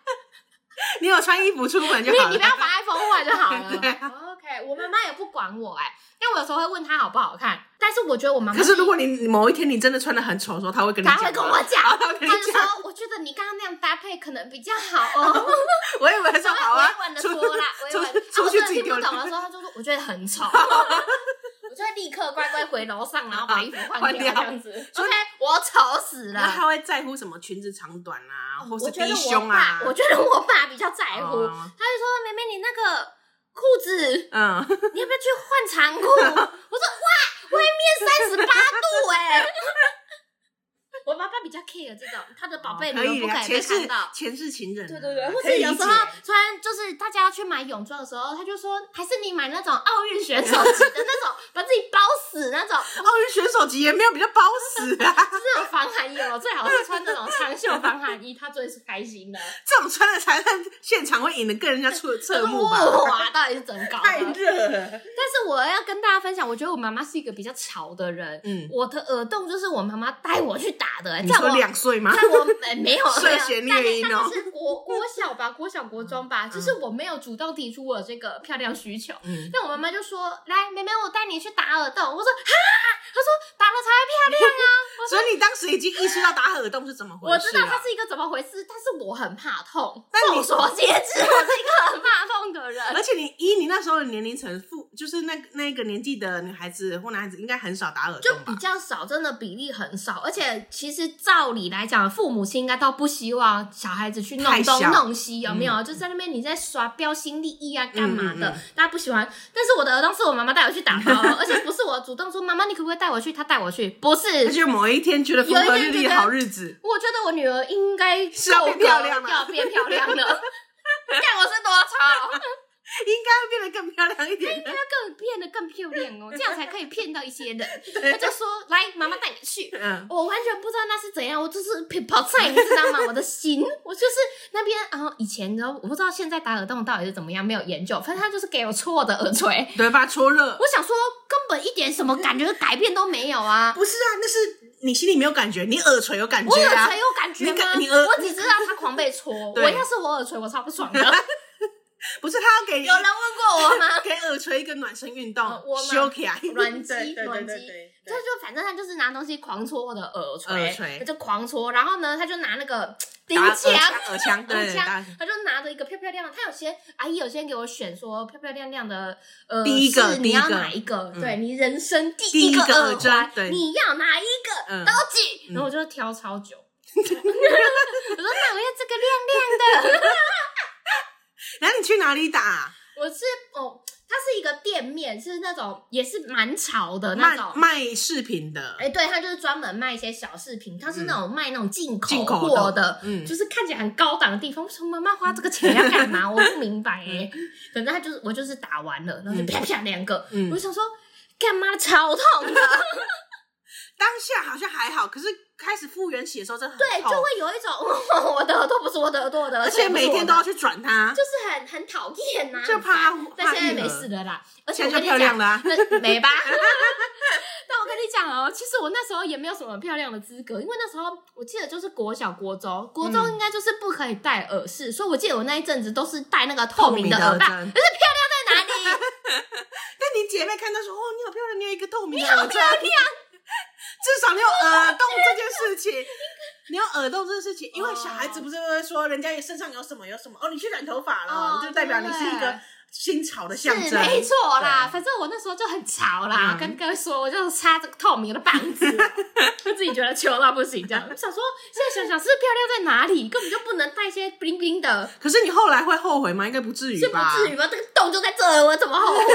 S1: 你有穿衣服出门就
S2: 你
S1: 好
S2: 你
S1: 了
S2: 不。要妨碍风化就好
S1: 对啊
S2: 了。OK，我妈妈也不管我哎，因为我有时候会问她好不好看，但是我觉得我妈妈
S1: 可是如果你你某一天你真的穿的很丑的时候，他会跟你
S2: 她
S1: 讲，
S2: 会跟我讲，
S1: 好
S2: 她
S1: 她会跟你
S2: 就
S1: 讲。
S2: 说我觉得你刚刚那样搭配可能比较好哦。
S1: 我以为 说
S2: 稍微
S1: 好啊
S2: 委婉，的
S1: 出
S2: 说啦，委
S1: 出
S2: 婉
S1: 出出去
S2: 我
S1: 自
S2: 真
S1: 己
S2: 的听
S1: 丢
S2: 不
S1: 了
S2: 懂的时候，他就说我觉得很 丑，我就会立刻乖乖回楼上，然后把衣服换
S1: 换
S2: 掉
S1: 掉
S2: 这样子。OK，我丑死
S1: 那
S2: 了。
S1: 他会在乎什么裙子长短啊，或
S2: 嗯我
S1: 是
S2: 觉
S1: 低
S2: 得我
S1: 胸
S2: 爸
S1: 啊，？
S2: 我觉得我爸比较在乎，
S1: 哦
S2: 他就说：“妹妹，你那个裤 子
S1: 嗯，
S2: 你要不要去换长裤？”我说：“哇，外面三十八度哎、 我妈爸比较 care 这种，他的宝贝
S1: 可
S2: 们
S1: 以
S2: 不
S1: 啊，
S2: 可以被
S1: 前世
S2: 看到。
S1: 前世情人啊，
S2: 对对对，或
S1: 可
S2: 是
S1: 以
S2: 有
S1: 理
S2: 时候
S1: 解
S2: 突然就是大家要去买泳装的时候，他就说还是你买那种奥运选手级的那种，把自己包死那种，
S1: 奥运选手级也没有比较包死 啊，
S2: 这种防寒衣哦，最好是穿这种长袖防寒衣，他最是开心的。
S1: 这种穿的才算现场会引得更人家侧侧目 吧，
S2: 哇，到底是怎么搞的？
S1: 热了，
S2: 但是我要跟大家分享，我觉得我妈妈是一个比较潮的人，
S1: 嗯，
S2: 我的耳洞就是我妈妈带我去打的、欸，
S1: 你
S2: 在我
S1: 说两岁吗？
S2: 在我呃没有
S1: 涉嫌
S2: 没有
S1: 虐婴
S2: 大概
S1: 哦
S2: 大概是国国小吧，国小国中吧，就是我没有主动提出我这个漂亮需求。
S1: 嗯，
S2: 但我妈妈就说：“来，妹妹，我带你去打耳洞。”我说：“哈！”她说：“打了才会漂亮啊
S1: 所以你当时已经意识到打耳洞是怎么！”回
S2: 我知
S1: 事啊
S2: 道它
S1: 了，
S2: 是一个怎么回事，但是我很怕痛。
S1: 但你
S2: 众所皆知，我是一个很怕痛的人。
S1: 而且你依你那时候的年龄层，父就是那那个年纪的女孩子或男孩子，应该很少打耳
S2: 就
S1: 洞吧
S2: 比？较少，真的比例很少。而且其实照理来讲，父母亲应该倒不希望小孩子去弄
S1: 太
S2: 东
S1: 小嗯
S2: 弄西，有没有？就在那边你在耍标新立异啊，干嘛的？
S1: 嗯嗯
S2: 大家不喜欢。但是我的儿洞是我妈妈带我去打包的，而且不是我主动说妈妈，你可不可以带我去？她带我去，不是。
S1: 而且某一天觉得风和日
S2: 有一天觉
S1: 丽
S2: 得
S1: 好日子，
S2: 我觉得我女儿应该
S1: 是要
S2: 够
S1: 变
S2: 格
S1: 漂亮了
S2: 要变漂 亮了。看我是多潮，
S1: 应该会变得更漂亮一点。
S2: 她更变得更漂亮哦，这样才可以骗到一些人。她就说：“来，妈妈带你去。”
S1: 嗯，
S2: 我完全不知道那是怎样，我就是皮泡菜，你知道吗？我的心，我就是那边，然后以前呢，我不知道现在打耳洞到底是怎么样，没有研究，反正他就是给我错的耳垂，
S1: 对，把它搓热。
S2: 我想说根本一点什么感觉改变都没有啊，
S1: 不是啊，那是你心里没有感觉，你耳垂有感
S2: 我
S1: 觉
S2: 耳
S1: 啊
S2: 垂。有感觉
S1: 你
S2: 吗？
S1: 感你耳
S2: 我只知道他狂被戳，我
S1: 对
S2: 要是我耳垂，我超 不爽的。有人
S1: 不是，他要给
S2: 问过我吗？
S1: 给耳垂一个暖身运
S2: 呃
S1: 动
S2: 我，吗
S1: 修起来，
S2: 暖 机
S1: 对对对
S2: 暖
S1: 对
S2: 机
S1: 对
S2: 这就反正他就是拿东西狂戳我的耳垂，
S1: 耳垂
S2: 他就狂戳，然后呢，他就拿那个钉
S1: 打耳
S2: 枪。
S1: 腔，耳腔，对
S2: 很
S1: 对，
S2: 像
S1: 打，
S2: 他就拿着一个漂漂亮亮，他有些阿姨有些给我选说漂漂亮亮的，呃，
S1: 第一个
S2: 是你要
S1: 第一个
S2: 哪一个？
S1: 嗯
S2: 对你人生第
S1: 第一
S2: 个
S1: 个
S2: 耳
S1: 耳针
S2: 环，
S1: 对
S2: 你要哪一个
S1: 嗯
S2: 都，挤，
S1: 嗯
S2: 然后我就挑超 久。我说那我要这个亮亮的。
S1: 然后你去哪里打？
S2: 我是哦，它是一个店面，是那种也是蛮潮的那
S1: 卖
S2: 种。
S1: 卖饰品的
S2: 哎、，对，它就是专门卖一些小饰品，它是那种卖那种进口
S1: 嗯进口
S2: 货
S1: 的嗯
S2: 就是看起来很高档的地方，为什么妈妈花这个钱要 干嘛？我不明白哎、反正他就是我就是打完了，然后就
S1: 嗯
S2: 啪啪两个，
S1: 嗯
S2: 我就想说干嘛超痛的，
S1: 当下好像还好，可是开始复原起的时候真的
S2: 对，
S1: 很
S2: 就
S1: 痛，
S2: 会有一种我的耳朵不是我的耳朵，我的耳
S1: 而
S2: 朵不是
S1: 且
S2: 我的，
S1: 每天都要去转它，
S2: 就是很很讨厌呐、
S1: 就
S2: 很
S1: 怕
S2: 烦
S1: 怕
S2: 但现在
S1: 愈合
S2: 没事的啦，而且
S1: 现
S2: 我
S1: 在就
S2: 跟你
S1: 漂亮
S2: 讲，
S1: 了啊。
S2: 那 没吧？但我跟你讲哦，其实我那时候也没有什么漂亮的资格，因为那时候我记得就是国小、国中，国中
S1: 嗯
S2: 应该就是不可以戴耳饰，所以我记得我那一阵子都是戴那个透明的耳
S1: 透明的
S2: 棒，
S1: 耳
S2: 可是漂亮
S1: 针
S2: 在哪里？
S1: 但你姐妹看到说，哦，你好漂亮，你有一个透明的耳罩，至少你有耳洞这件事情。你有耳洞这件事情，因为小孩子不是会说人家身上有什么有什么哦，你去染头发了，
S2: 哦
S1: 就代表你是一
S2: 对
S1: 个新潮的象
S2: 是
S1: 征。
S2: 没错啦，
S1: 对
S2: 反正我那时候就很潮啦，
S1: 嗯
S2: 跟各位说，我就是插着透明的棒 子，我自己觉得穷到不行，这样。我想说，现在想想是漂亮在哪里，根本就不能带一些冰冰的，
S1: 可是你后来会后悔吗？应该不至于
S2: 这不
S1: 吧？
S2: 至于吧？这个洞就在这儿，我怎么后悔？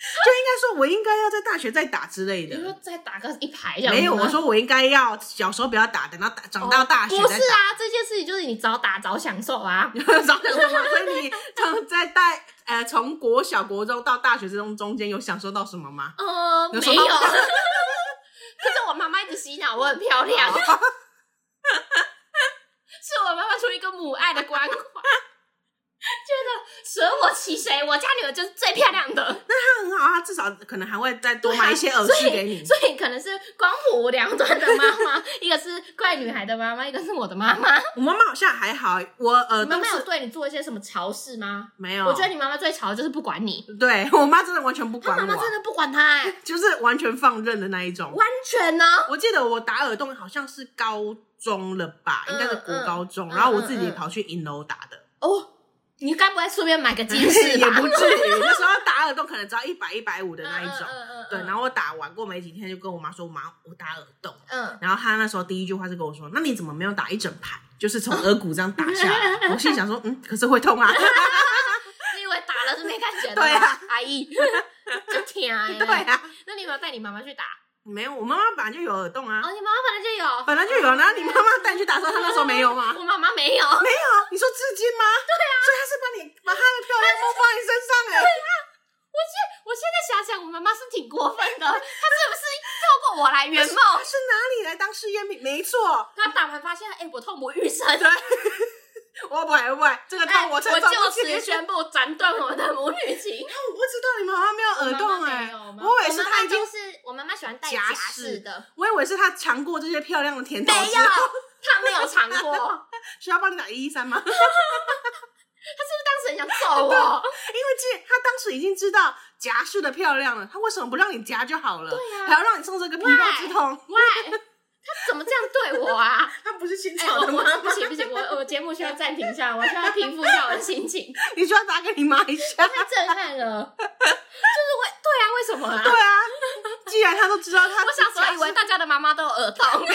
S1: 就应该说，我应该要在大学再打之类
S2: 你说
S1: 的。
S2: 再打个一排这样子吗？
S1: 没有，我说我应该要小时候不要打，等到大长到大学
S2: 不是
S1: 再
S2: 啊
S1: 打。，
S2: 这件事情就是你早打早享受 啊。
S1: 早点说嘛，所以你从在带呃从国小、国中到大学之中中间有享受到什么吗？
S2: 呃，没
S1: 有收
S2: 有。
S1: 到吗
S2: 可是我妈妈一直洗脑我很漂亮，
S1: 哦
S2: 是我妈妈出于一个母爱的关怀，觉得舍我其谁，我家女儿就是最漂亮的。
S1: 那很好啊，至少可能还会再多 买一些耳
S2: 所
S1: 饰
S2: 以
S1: 给你。
S2: 所以可能是光谱两端的妈 妈，一个是怪女孩的妈妈，一个是我的妈妈。
S1: 我妈妈好像还好，我耳
S2: 你妈
S1: 洞
S2: 妈有
S1: 呃是
S2: 对你做一些什么潮事吗？
S1: 没有。
S2: 我觉得你妈妈最潮的就是不管你，
S1: 对我妈真的完全不
S2: 她
S1: 管
S2: 妈妈
S1: 我
S2: 真，的不 管她、哎，
S1: 就是完全放任的那一种。
S2: 完全呢、
S1: 我记得我打耳洞好像是高中了吧，
S2: 嗯
S1: 应该是国高中，
S2: 嗯
S1: 然后我自己跑去银楼打的。
S2: 哦，你该不会顺便买个鸡翅
S1: 也
S2: 吧？
S1: 不至于。那时候打耳洞可能只要一百一百五的那一种，
S2: 嗯嗯嗯嗯
S1: 对。然后我打完过没几天，就跟我妈说，我妈我打耳洞。
S2: 嗯，
S1: 然后她那时候第一句话是跟我说，那你怎么没有打一整排？就是从额骨这样打下 来。我心想说，嗯，可是会痛啊。
S2: 哎你以为打了是没看见的吗？
S1: 对啊，
S2: 阿 姨，就甜、欸。
S1: 对啊，
S2: 那你有没有带你妈妈去打？
S1: 没有，我妈妈本来就有耳洞啊，
S2: 哦，你妈妈本来就有，
S1: 本来就有。然后你妈妈带你去打的时候，她那时候没有吗？
S2: 我妈妈没有，
S1: 没有啊，你说至今吗？对啊，所以她是把你把她的漂亮风放在你身上哎、
S2: 我现我现在想想，我妈妈是挺过分的，她是不是透过我来圆梦？
S1: 是哪里来当试验品？没错，
S2: 她打完发现，哎、我痛不欲生。
S1: 对，我哦不会不会，这个
S2: 哎
S1: 痛
S2: 我
S1: 承受不
S2: 就
S1: 起。
S2: 此宣布斩断我们的母女情。
S1: 我不知道你们好像没有耳洞哎、
S2: 我妈妈没有
S1: 我以为是
S2: 我妈妈
S1: 她已经，
S2: 都是我妈妈喜欢戴
S1: 夹
S2: 夹
S1: 式
S2: 式的，
S1: 我以为是她尝过这些漂亮的甜头
S2: 没
S1: 之
S2: 有
S1: 后，，
S2: 她没有尝过，她
S1: 需要帮你打一一三吗？
S2: 是不是当时很想揍我？
S1: 因为这她当时已经知道夹式的漂亮了，她为什么不让你夹就好了？
S2: 对啊
S1: 还要让你受这个皮肉之痛？
S2: 喂，她怎么这样对我 啊？
S1: 她不是新
S2: 哎、
S1: 潮
S2: 我
S1: 的吗？
S2: 我 不行不行，我我节目需要暂停一下，我需要平复一下我的心情，
S1: 你需要打给你妈一下。
S2: 太震撼了。就是为对啊，为什么啊
S1: 对？啊，既然她都知道她，
S2: 我小时候以为大家的妈妈都有耳洞，我以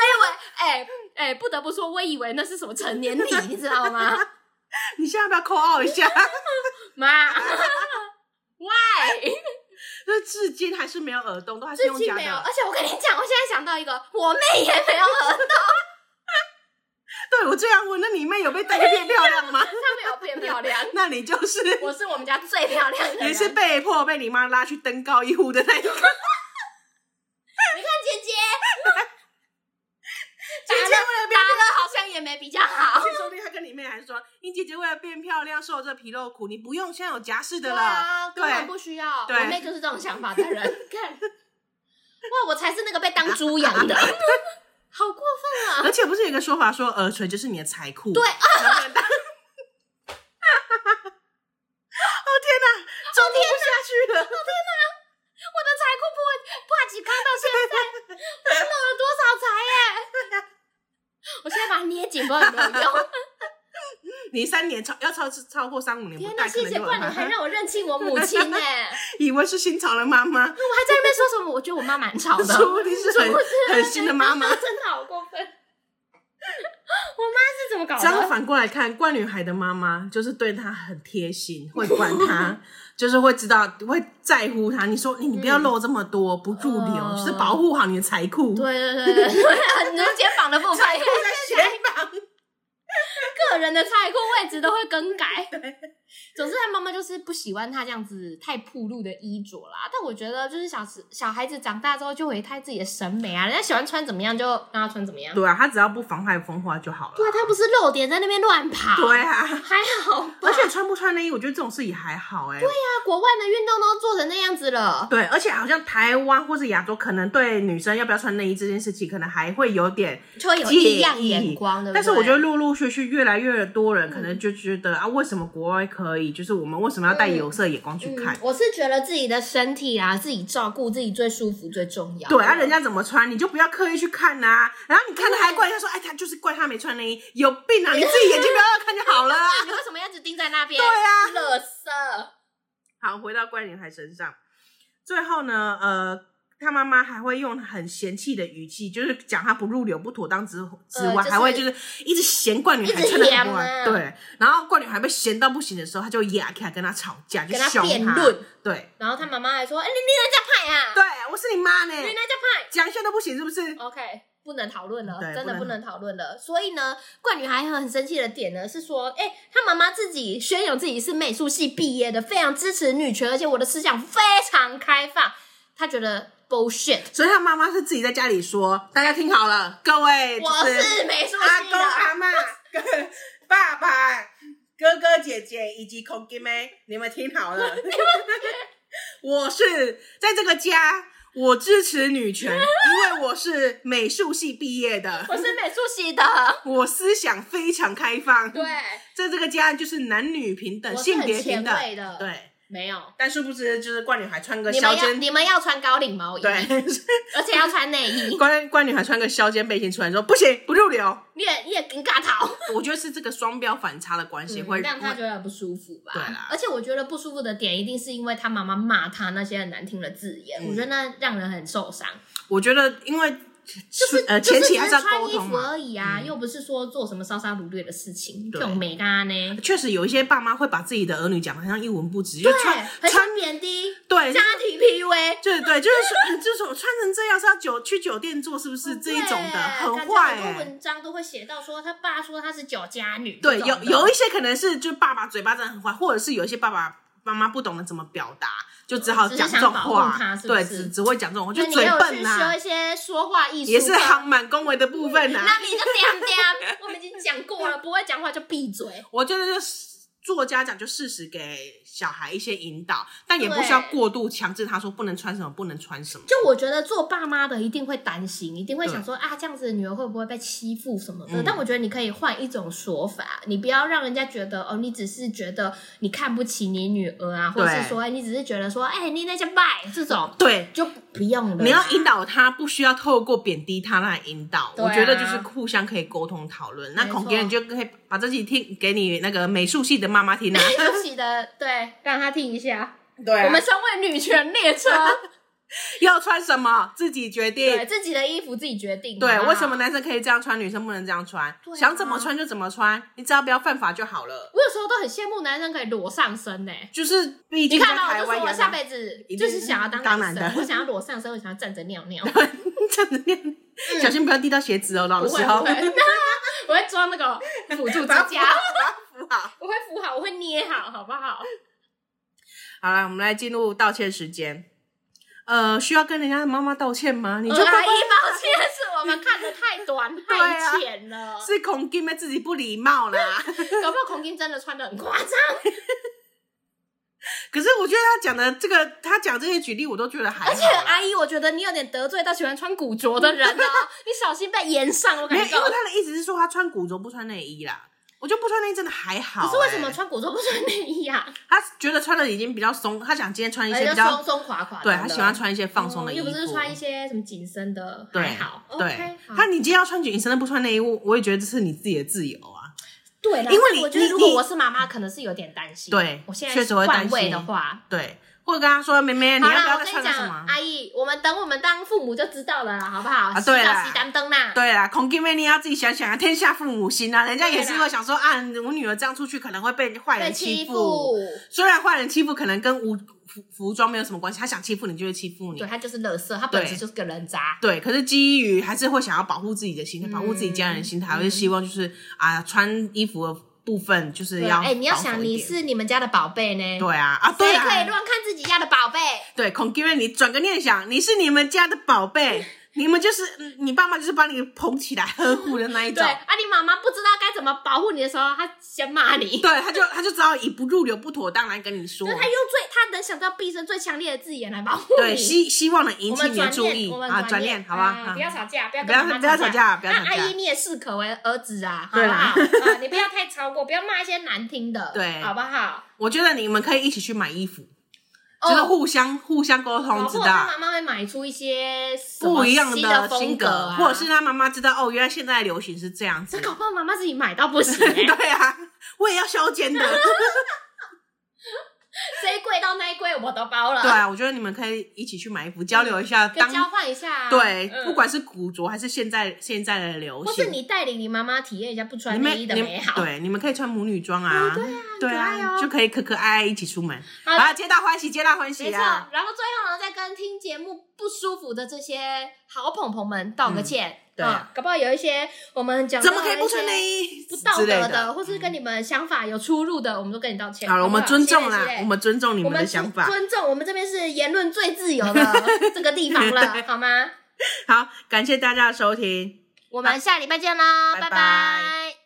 S2: 为，哎、哎、不得不说，我以为那是什么成年礼，你知道吗？
S1: 你现在要不要扣二一下？
S2: 妈，why？
S1: 就是至今还是没有耳洞，都还是
S2: 至
S1: 用
S2: 今
S1: 夹
S2: 没有，
S1: 的。
S2: 而且我跟你讲，我现在想到一个，我妹也没有耳洞，
S1: 对我这样问，那你妹有被带的变漂亮 吗？
S2: 她没有变漂亮，
S1: 那你就是
S2: 我是我们家最漂亮的人。
S1: 你是
S2: 你
S1: 被迫被你妈拉去登高一呼的那一 个。哦
S2: 看姐姐，
S1: 姐姐为了
S2: 打的好像也没比较好。
S1: 变，说不定她跟你妹还说，你姐姐为了变漂亮受这皮肉苦，你不用，现在有夹式的
S2: 对
S1: 了。
S2: 啊，根本不需要。
S1: 对
S2: 我妹就是这种想法的人，看，哇，我才是那个被当猪养的，好过分啊！
S1: 而且不是有一个说法说耳垂就是你的财 库？
S2: 对
S1: 能不能当 哦天
S2: 哦
S1: 哪，中不下去了。
S2: 我的财库破破几康到现在，我漏了多少财耶？我现在把它捏紧，不知道有没有用。
S1: 你三年超要超超过三五年不
S2: 天
S1: 戴，
S2: 哪，
S1: 可
S2: 谢
S1: 能
S2: 谢
S1: 就
S2: 冠，你还让我认清我母亲呢、
S1: 以为是新潮的妈妈，
S2: 我还在 那边说什么？我觉得我妈蛮吵的，
S1: 殊不定是很
S2: 殊不知
S1: 很新的妈妈
S2: 真的好过分。我妈是怎么搞
S1: 这样
S2: 的？
S1: 反过来看，怪女孩的妈妈就是对她很贴心，会管她，就是会知道会在乎她。你说你你不要
S2: 嗯
S1: 漏这么多，不驻留，
S2: 哦
S1: 就是保护好你的财库。
S2: 对对 对对对，你的肩膀的部分，
S1: 财库在肩膀，
S2: 个人的菜库位置都会更改。总之他妈妈就是不喜欢他这样子太暴露的衣着啦。但我觉得就是小时小孩子长大之后就会他自己的审美啊，人家喜欢穿怎么样就让他穿怎么样。
S1: 对啊，她只要不妨害风化就好了。
S2: 对啊，他不是露点在那边乱跑，
S1: 对啊，
S2: 还好吧。
S1: 而且穿不穿内衣，我觉得这种事也还好哎、对
S2: 那啊国外的运动都做成那样子了。
S1: 对，而且好像台湾或是亚洲，可能对女生要不要穿内衣这件事情，可能还会有点
S2: 就会有
S1: 介
S2: 异样
S1: 意
S2: 眼光，对不对？
S1: 但是我觉得陆陆续续越来越多人可能就觉得、啊，为什么国外可以？就是我们为什么要带有色眼光去看？
S2: 嗯，我是觉得自己的身体啊，自己照顾自己最舒服最重要。
S1: 对啊，人家怎么穿你就不要刻意去看呐、然后你看他还怪他说，哎，他就是怪他没穿内衣，有病啊！你自己眼睛不要看就好了啊。
S2: 你为什么要一直盯在那边？
S1: 对啊
S2: 乐色。
S1: 好，回到怪女孩身上，最后呢，呃，她妈妈还会用很嫌弃的语气，就是讲她不入流、不妥当之之外，
S2: 呃就是
S1: 还会就是一直嫌怪女孩穿的
S2: 一直嫌
S1: 不
S2: 啊
S1: 完。对，然后怪女孩被嫌到不行的时候，她就压起来跟她吵架，就
S2: 跟她
S1: 凶
S2: 辩
S1: 她
S2: 论。
S1: 对，
S2: 然后他妈妈还说：“哎、你你那叫派啊，
S1: 对我是你妈呢，
S2: 你那叫
S1: 讲一下都不行是不是？
S2: 派。”OK，不能讨论了，
S1: 对
S2: 真的不
S1: 不能
S2: 能讨论了。所以呢，怪女孩很生气的点呢是说：“哎、她妈妈自己宣扬自己是美术系毕业的，非常支持女权，而且我的思想非常开放。”她觉得 bullshit，
S1: 所以她妈妈是自己在家里说，大家听好了，各位，就
S2: 我是美术
S1: 阿
S2: 系
S1: 公阿
S2: 的。
S1: 妈、跟爸爸、哥哥姐姐以及孔弟妹，你们听好了， 我是在这个家，我支持女权，因为我是美术系毕业的
S2: 我，是美术系的，
S1: 我思想非常开放。
S2: 对，
S1: 在这个家就是男女平等、
S2: 我是
S1: 性
S2: 很
S1: 别
S2: 前
S1: 平等
S2: 卫，的，
S1: 对。
S2: 没有。
S1: 但殊不知就是怪女孩穿个
S2: 你
S1: 削
S2: 们要
S1: 肩，
S2: 你们要穿高领毛衣，
S1: 对，
S2: 而且要穿内衣，
S1: 怪怪女孩穿个削肩背心出来说不行不入流，
S2: 你也你也尴尬逃，
S1: 我觉得是这个双标反差的关系会
S2: 嗯让他
S1: 会
S2: 觉得不舒服吧？
S1: 对啦
S2: 而且我觉得不舒服的点一定是因为他妈妈骂他那些很难听的字眼，
S1: 嗯
S2: 我觉得那让人很受伤。
S1: 我觉得因为
S2: 就是
S1: 呃
S2: 就
S1: 前期
S2: 只
S1: 还
S2: 是
S1: 要
S2: 穿
S1: 沟
S2: 衣
S1: 通
S2: 服
S1: 嘛，
S2: 而已啊，又不是说做什么烧杀掳掠的事情，
S1: 对
S2: 这种没干啊呢。
S1: 确实有一些爸妈会把自己的儿女讲的像一文不值，就
S2: 对，
S1: 穿
S2: 很
S1: 穿
S2: 像贬低
S1: 对
S2: 家庭 PUA
S1: 对对，就是说就是 说穿成这样是要酒去酒店做是不是这一种的，很
S2: 对
S1: 坏
S2: 感觉很多
S1: 哎。
S2: 文章都会写到说他爸说他是酒家女，
S1: 对，
S2: 这
S1: 有
S2: 种的
S1: 有一些可能是就爸爸嘴巴真的很坏，或者是有一些爸爸妈妈不懂得怎么表达，就只好
S2: 哦只是
S1: 讲这
S2: 想
S1: 种
S2: 保护
S1: 话，
S2: 他是不
S1: 对，
S2: 是
S1: 只只会讲这种话，
S2: 那
S1: 就
S2: 你
S1: 嘴
S2: 有去
S1: 笨呐、
S2: 修一些说话艺术，啊
S1: 也是行满恭维的部 分呐、
S2: 那你就 点点，我们已经讲过了，不会讲话就闭嘴。
S1: 我觉得就是做家长就适时给小孩一些引导，但也不需要
S2: 对
S1: 过度强制他说不能穿什么，不能穿什么。
S2: 就我觉得做爸妈的一定会担心，一定会
S1: 对
S2: 想说啊，这样子的女儿会不会被欺负什么的？
S1: 嗯
S2: 但我觉得你可以换一种说法，你不要让人家觉得哦，你只是觉得你看不起你女儿啊，或者
S1: 对嗯
S2: 是说哎你只是觉得说哎、你那些败这种
S1: 对，
S2: 就不用了。
S1: 你要引导他，不需要透过贬低他来引导。
S2: 对啊
S1: 我觉得就是互相可以沟通讨论。那
S2: 没
S1: 孔
S2: 错
S1: 杰，你就可以把这集听给你那个美术系的妈妈 听啊。
S2: 休息的，对，让他听一下。
S1: 对啊
S2: 我们身为女权 列车，
S1: 要穿什么自己决
S2: 对
S1: 定。
S2: 自己的衣服自己决定。
S1: 对
S2: 好，不好
S1: 为什么？男生可以这样穿，女生不能这样穿？
S2: 对啊
S1: 想怎么穿就怎么穿，你只要不要犯法就好了。
S2: 我有时候都很羡慕男生可以裸上身呢、
S1: 就是毕
S2: 你
S1: 竟在
S2: 看吧，
S1: 台
S2: 我就
S1: 湾
S2: 说我
S1: 也
S2: 下辈子
S1: 一定
S2: 就是想要当
S1: 当
S2: 男
S1: 男
S2: 生，
S1: 的
S2: 我想要裸上身，我想要站着尿 尿。
S1: 站着练，小心不要滴到鞋子哦，老
S2: 不
S1: 师
S2: 会
S1: 哦
S2: 不。会， 我会装那个辅助支
S1: 把它扶好 把
S2: 架，
S1: 它扶好。
S2: 我会扶好，我会捏好，好不好？
S1: 好了，我们来进入道歉时间。呃，需要跟人家的妈妈道歉吗？你就
S2: 呃阿
S1: 爸
S2: 姨
S1: 爸
S2: 抱歉，是我们看的太 短
S1: 啊
S2: 太浅了，
S1: 是恐惊妹自己不礼貌 啦。
S2: 搞不好孔金真的穿的很夸张。
S1: 可是我觉得他讲的这个，他讲这些举例，我都觉得还好啊
S2: 而
S1: 啦。
S2: 且啊阿姨，我觉得你有点得罪到喜欢穿古着的 人哦，你小心被延上，我
S1: 没
S2: 感
S1: 有，
S2: 觉
S1: 因。为他的意思是说他穿古着不穿内衣啦。我就不穿内衣真的还好、
S2: 可是为什么
S1: 欸
S2: 穿古着不穿内衣啊？
S1: 他觉得穿的已经比较松，他想今天穿一
S2: 而
S1: 些
S2: 且
S1: 比较
S2: 呃松，松垮垮的。
S1: 对他喜欢穿一些放松的
S2: 哦
S1: 衣
S2: 又
S1: 服。
S2: 不是穿一些什么紧身的，
S1: 对
S2: 还好。
S1: 对
S2: OK，好，
S1: 他你今天要穿紧身的不穿内衣，我我也觉得这是你自己的自由啊。
S2: 对啦，
S1: 因为
S2: 但
S1: 你
S2: 我觉得
S1: 你
S2: 如果
S1: 你
S2: 我是妈妈，可能是有点担心。
S1: 对
S2: 我现在
S1: 确实会担
S2: 换位
S1: 心
S2: 的话，
S1: 对，或者跟他说：“妹妹，你
S2: 好
S1: 要不
S2: 啦，
S1: 要
S2: 我
S1: 再
S2: 跟
S1: 穿
S2: 你
S1: 个什么
S2: 讲，？”阿啊姨，我们等我们当父母就知道了啦，好不好？
S1: 啊
S2: 洗澡
S1: 对啦
S2: 洗单灯啦。
S1: 对啦，孔金妹，你要自己想想啊，天下父母心啊，人家也是
S2: 对啦
S1: 会想说啊，我女儿这样出去可能会被坏
S2: 被
S1: 人
S2: 欺
S1: 欺
S2: 负，
S1: 虽然坏人欺负可能跟无服服装没有什么关系，他想欺负你就会欺负你
S2: 对，他就是垃圾，他本
S1: 对
S2: 质就是个人渣。
S1: 对，可是基于还是会想要保护自己的心态，
S2: 嗯
S1: 保护自己家人的心态，还是希望就是啊，穿衣服的部分就是
S2: 对
S1: 要
S2: 啊哎，你要
S1: 保守
S2: 想
S1: 一
S2: 你
S1: 点
S2: 是你们家的宝贝呢，
S1: 对啊啊，对
S2: 谁
S1: 啊，
S2: 可以乱看自己家的宝贝？
S1: 对，孔金妹，你转个念想，你是你们家的宝 贝，你们就是嗯你爸妈就是把你捧起来呵护的那一
S2: 对
S1: 种。
S2: 啊，你妈妈不知道该怎么保护你的时候，她先骂你。
S1: 对，他就他就只好以不入流、不妥当来跟你说
S2: 就，她用最她能想到毕生最强烈的字眼来保护
S1: 对，
S2: 你。
S1: 希希望能引
S2: 我
S1: 起
S2: 们
S1: 你的
S2: 转
S1: 注意
S2: 念，我们
S1: 啊，转念，
S2: 念，
S1: 好吧？
S2: 吧
S1: 啊，
S2: 不要吵架，不啊要
S1: 不
S2: 跟
S1: 要
S2: 妈妈
S1: 不要吵
S2: 吵
S1: 架，不要吵
S2: 那阿
S1: 架
S2: 姨，。你也适可为儿子啊，好
S1: 对
S2: 不
S1: 啦
S2: 好？啊，你不要太超过，不要骂一些难听的，
S1: 对
S2: 好不好？哦
S1: 我觉得你们可以一起去买衣服，就是互相互相沟
S2: 搞
S1: 通，知
S2: 不好
S1: 道
S2: 他妈妈会买出一些什么
S1: 不一样
S2: 新
S1: 风
S2: 风
S1: 格，
S2: 啊，
S1: 或者是他妈妈知道哦，原来现在流行是这样
S2: 这
S1: 子。
S2: 搞不好妈妈自己买到不行 欸，
S1: 对啊，我也要削肩 的。
S2: 这一柜到那一柜我都包了，
S1: 对，啊，我觉得你们可以一起去买衣服，交流一下
S2: 可
S1: 当
S2: 以交换一下啊，
S1: 对，
S2: 嗯
S1: 不管是古着还是现在现在的流
S2: 或
S1: 行，
S2: 是你带领你妈妈体验一下不
S1: 你
S2: 穿
S1: 们
S2: 内衣的
S1: 你
S2: 美好，
S1: 对，你们可以穿母女装啊，对
S2: 可爱
S1: 啊，
S2: 哦
S1: 就可以可可爱爱一起出门，
S2: 好
S1: 啊，皆大欢喜，皆大欢
S2: 没
S1: 喜
S2: 错，
S1: 啊！
S2: 然后最后呢，再跟听节目不舒服的这些好朋友们道个歉。
S1: 嗯对
S2: 啊搞不好有一些我们讲
S1: 怎么可以不穿内
S2: 衣
S1: 衣？
S2: 不道
S1: 之类
S2: 德
S1: 的，
S2: 或是跟你们想法有出入的，我们都跟你道歉。
S1: 好了，我
S2: 不
S1: 们尊重
S2: 谢
S1: 啦
S2: 谢谢，谢
S1: 我们尊重你
S2: 我
S1: 们的想法。
S2: 尊重我们这边是言论最自由的 这个地方 了，好吗？
S1: 好，感谢大家的收听。
S2: 我们下礼拜见喽，
S1: 拜拜
S2: 拜拜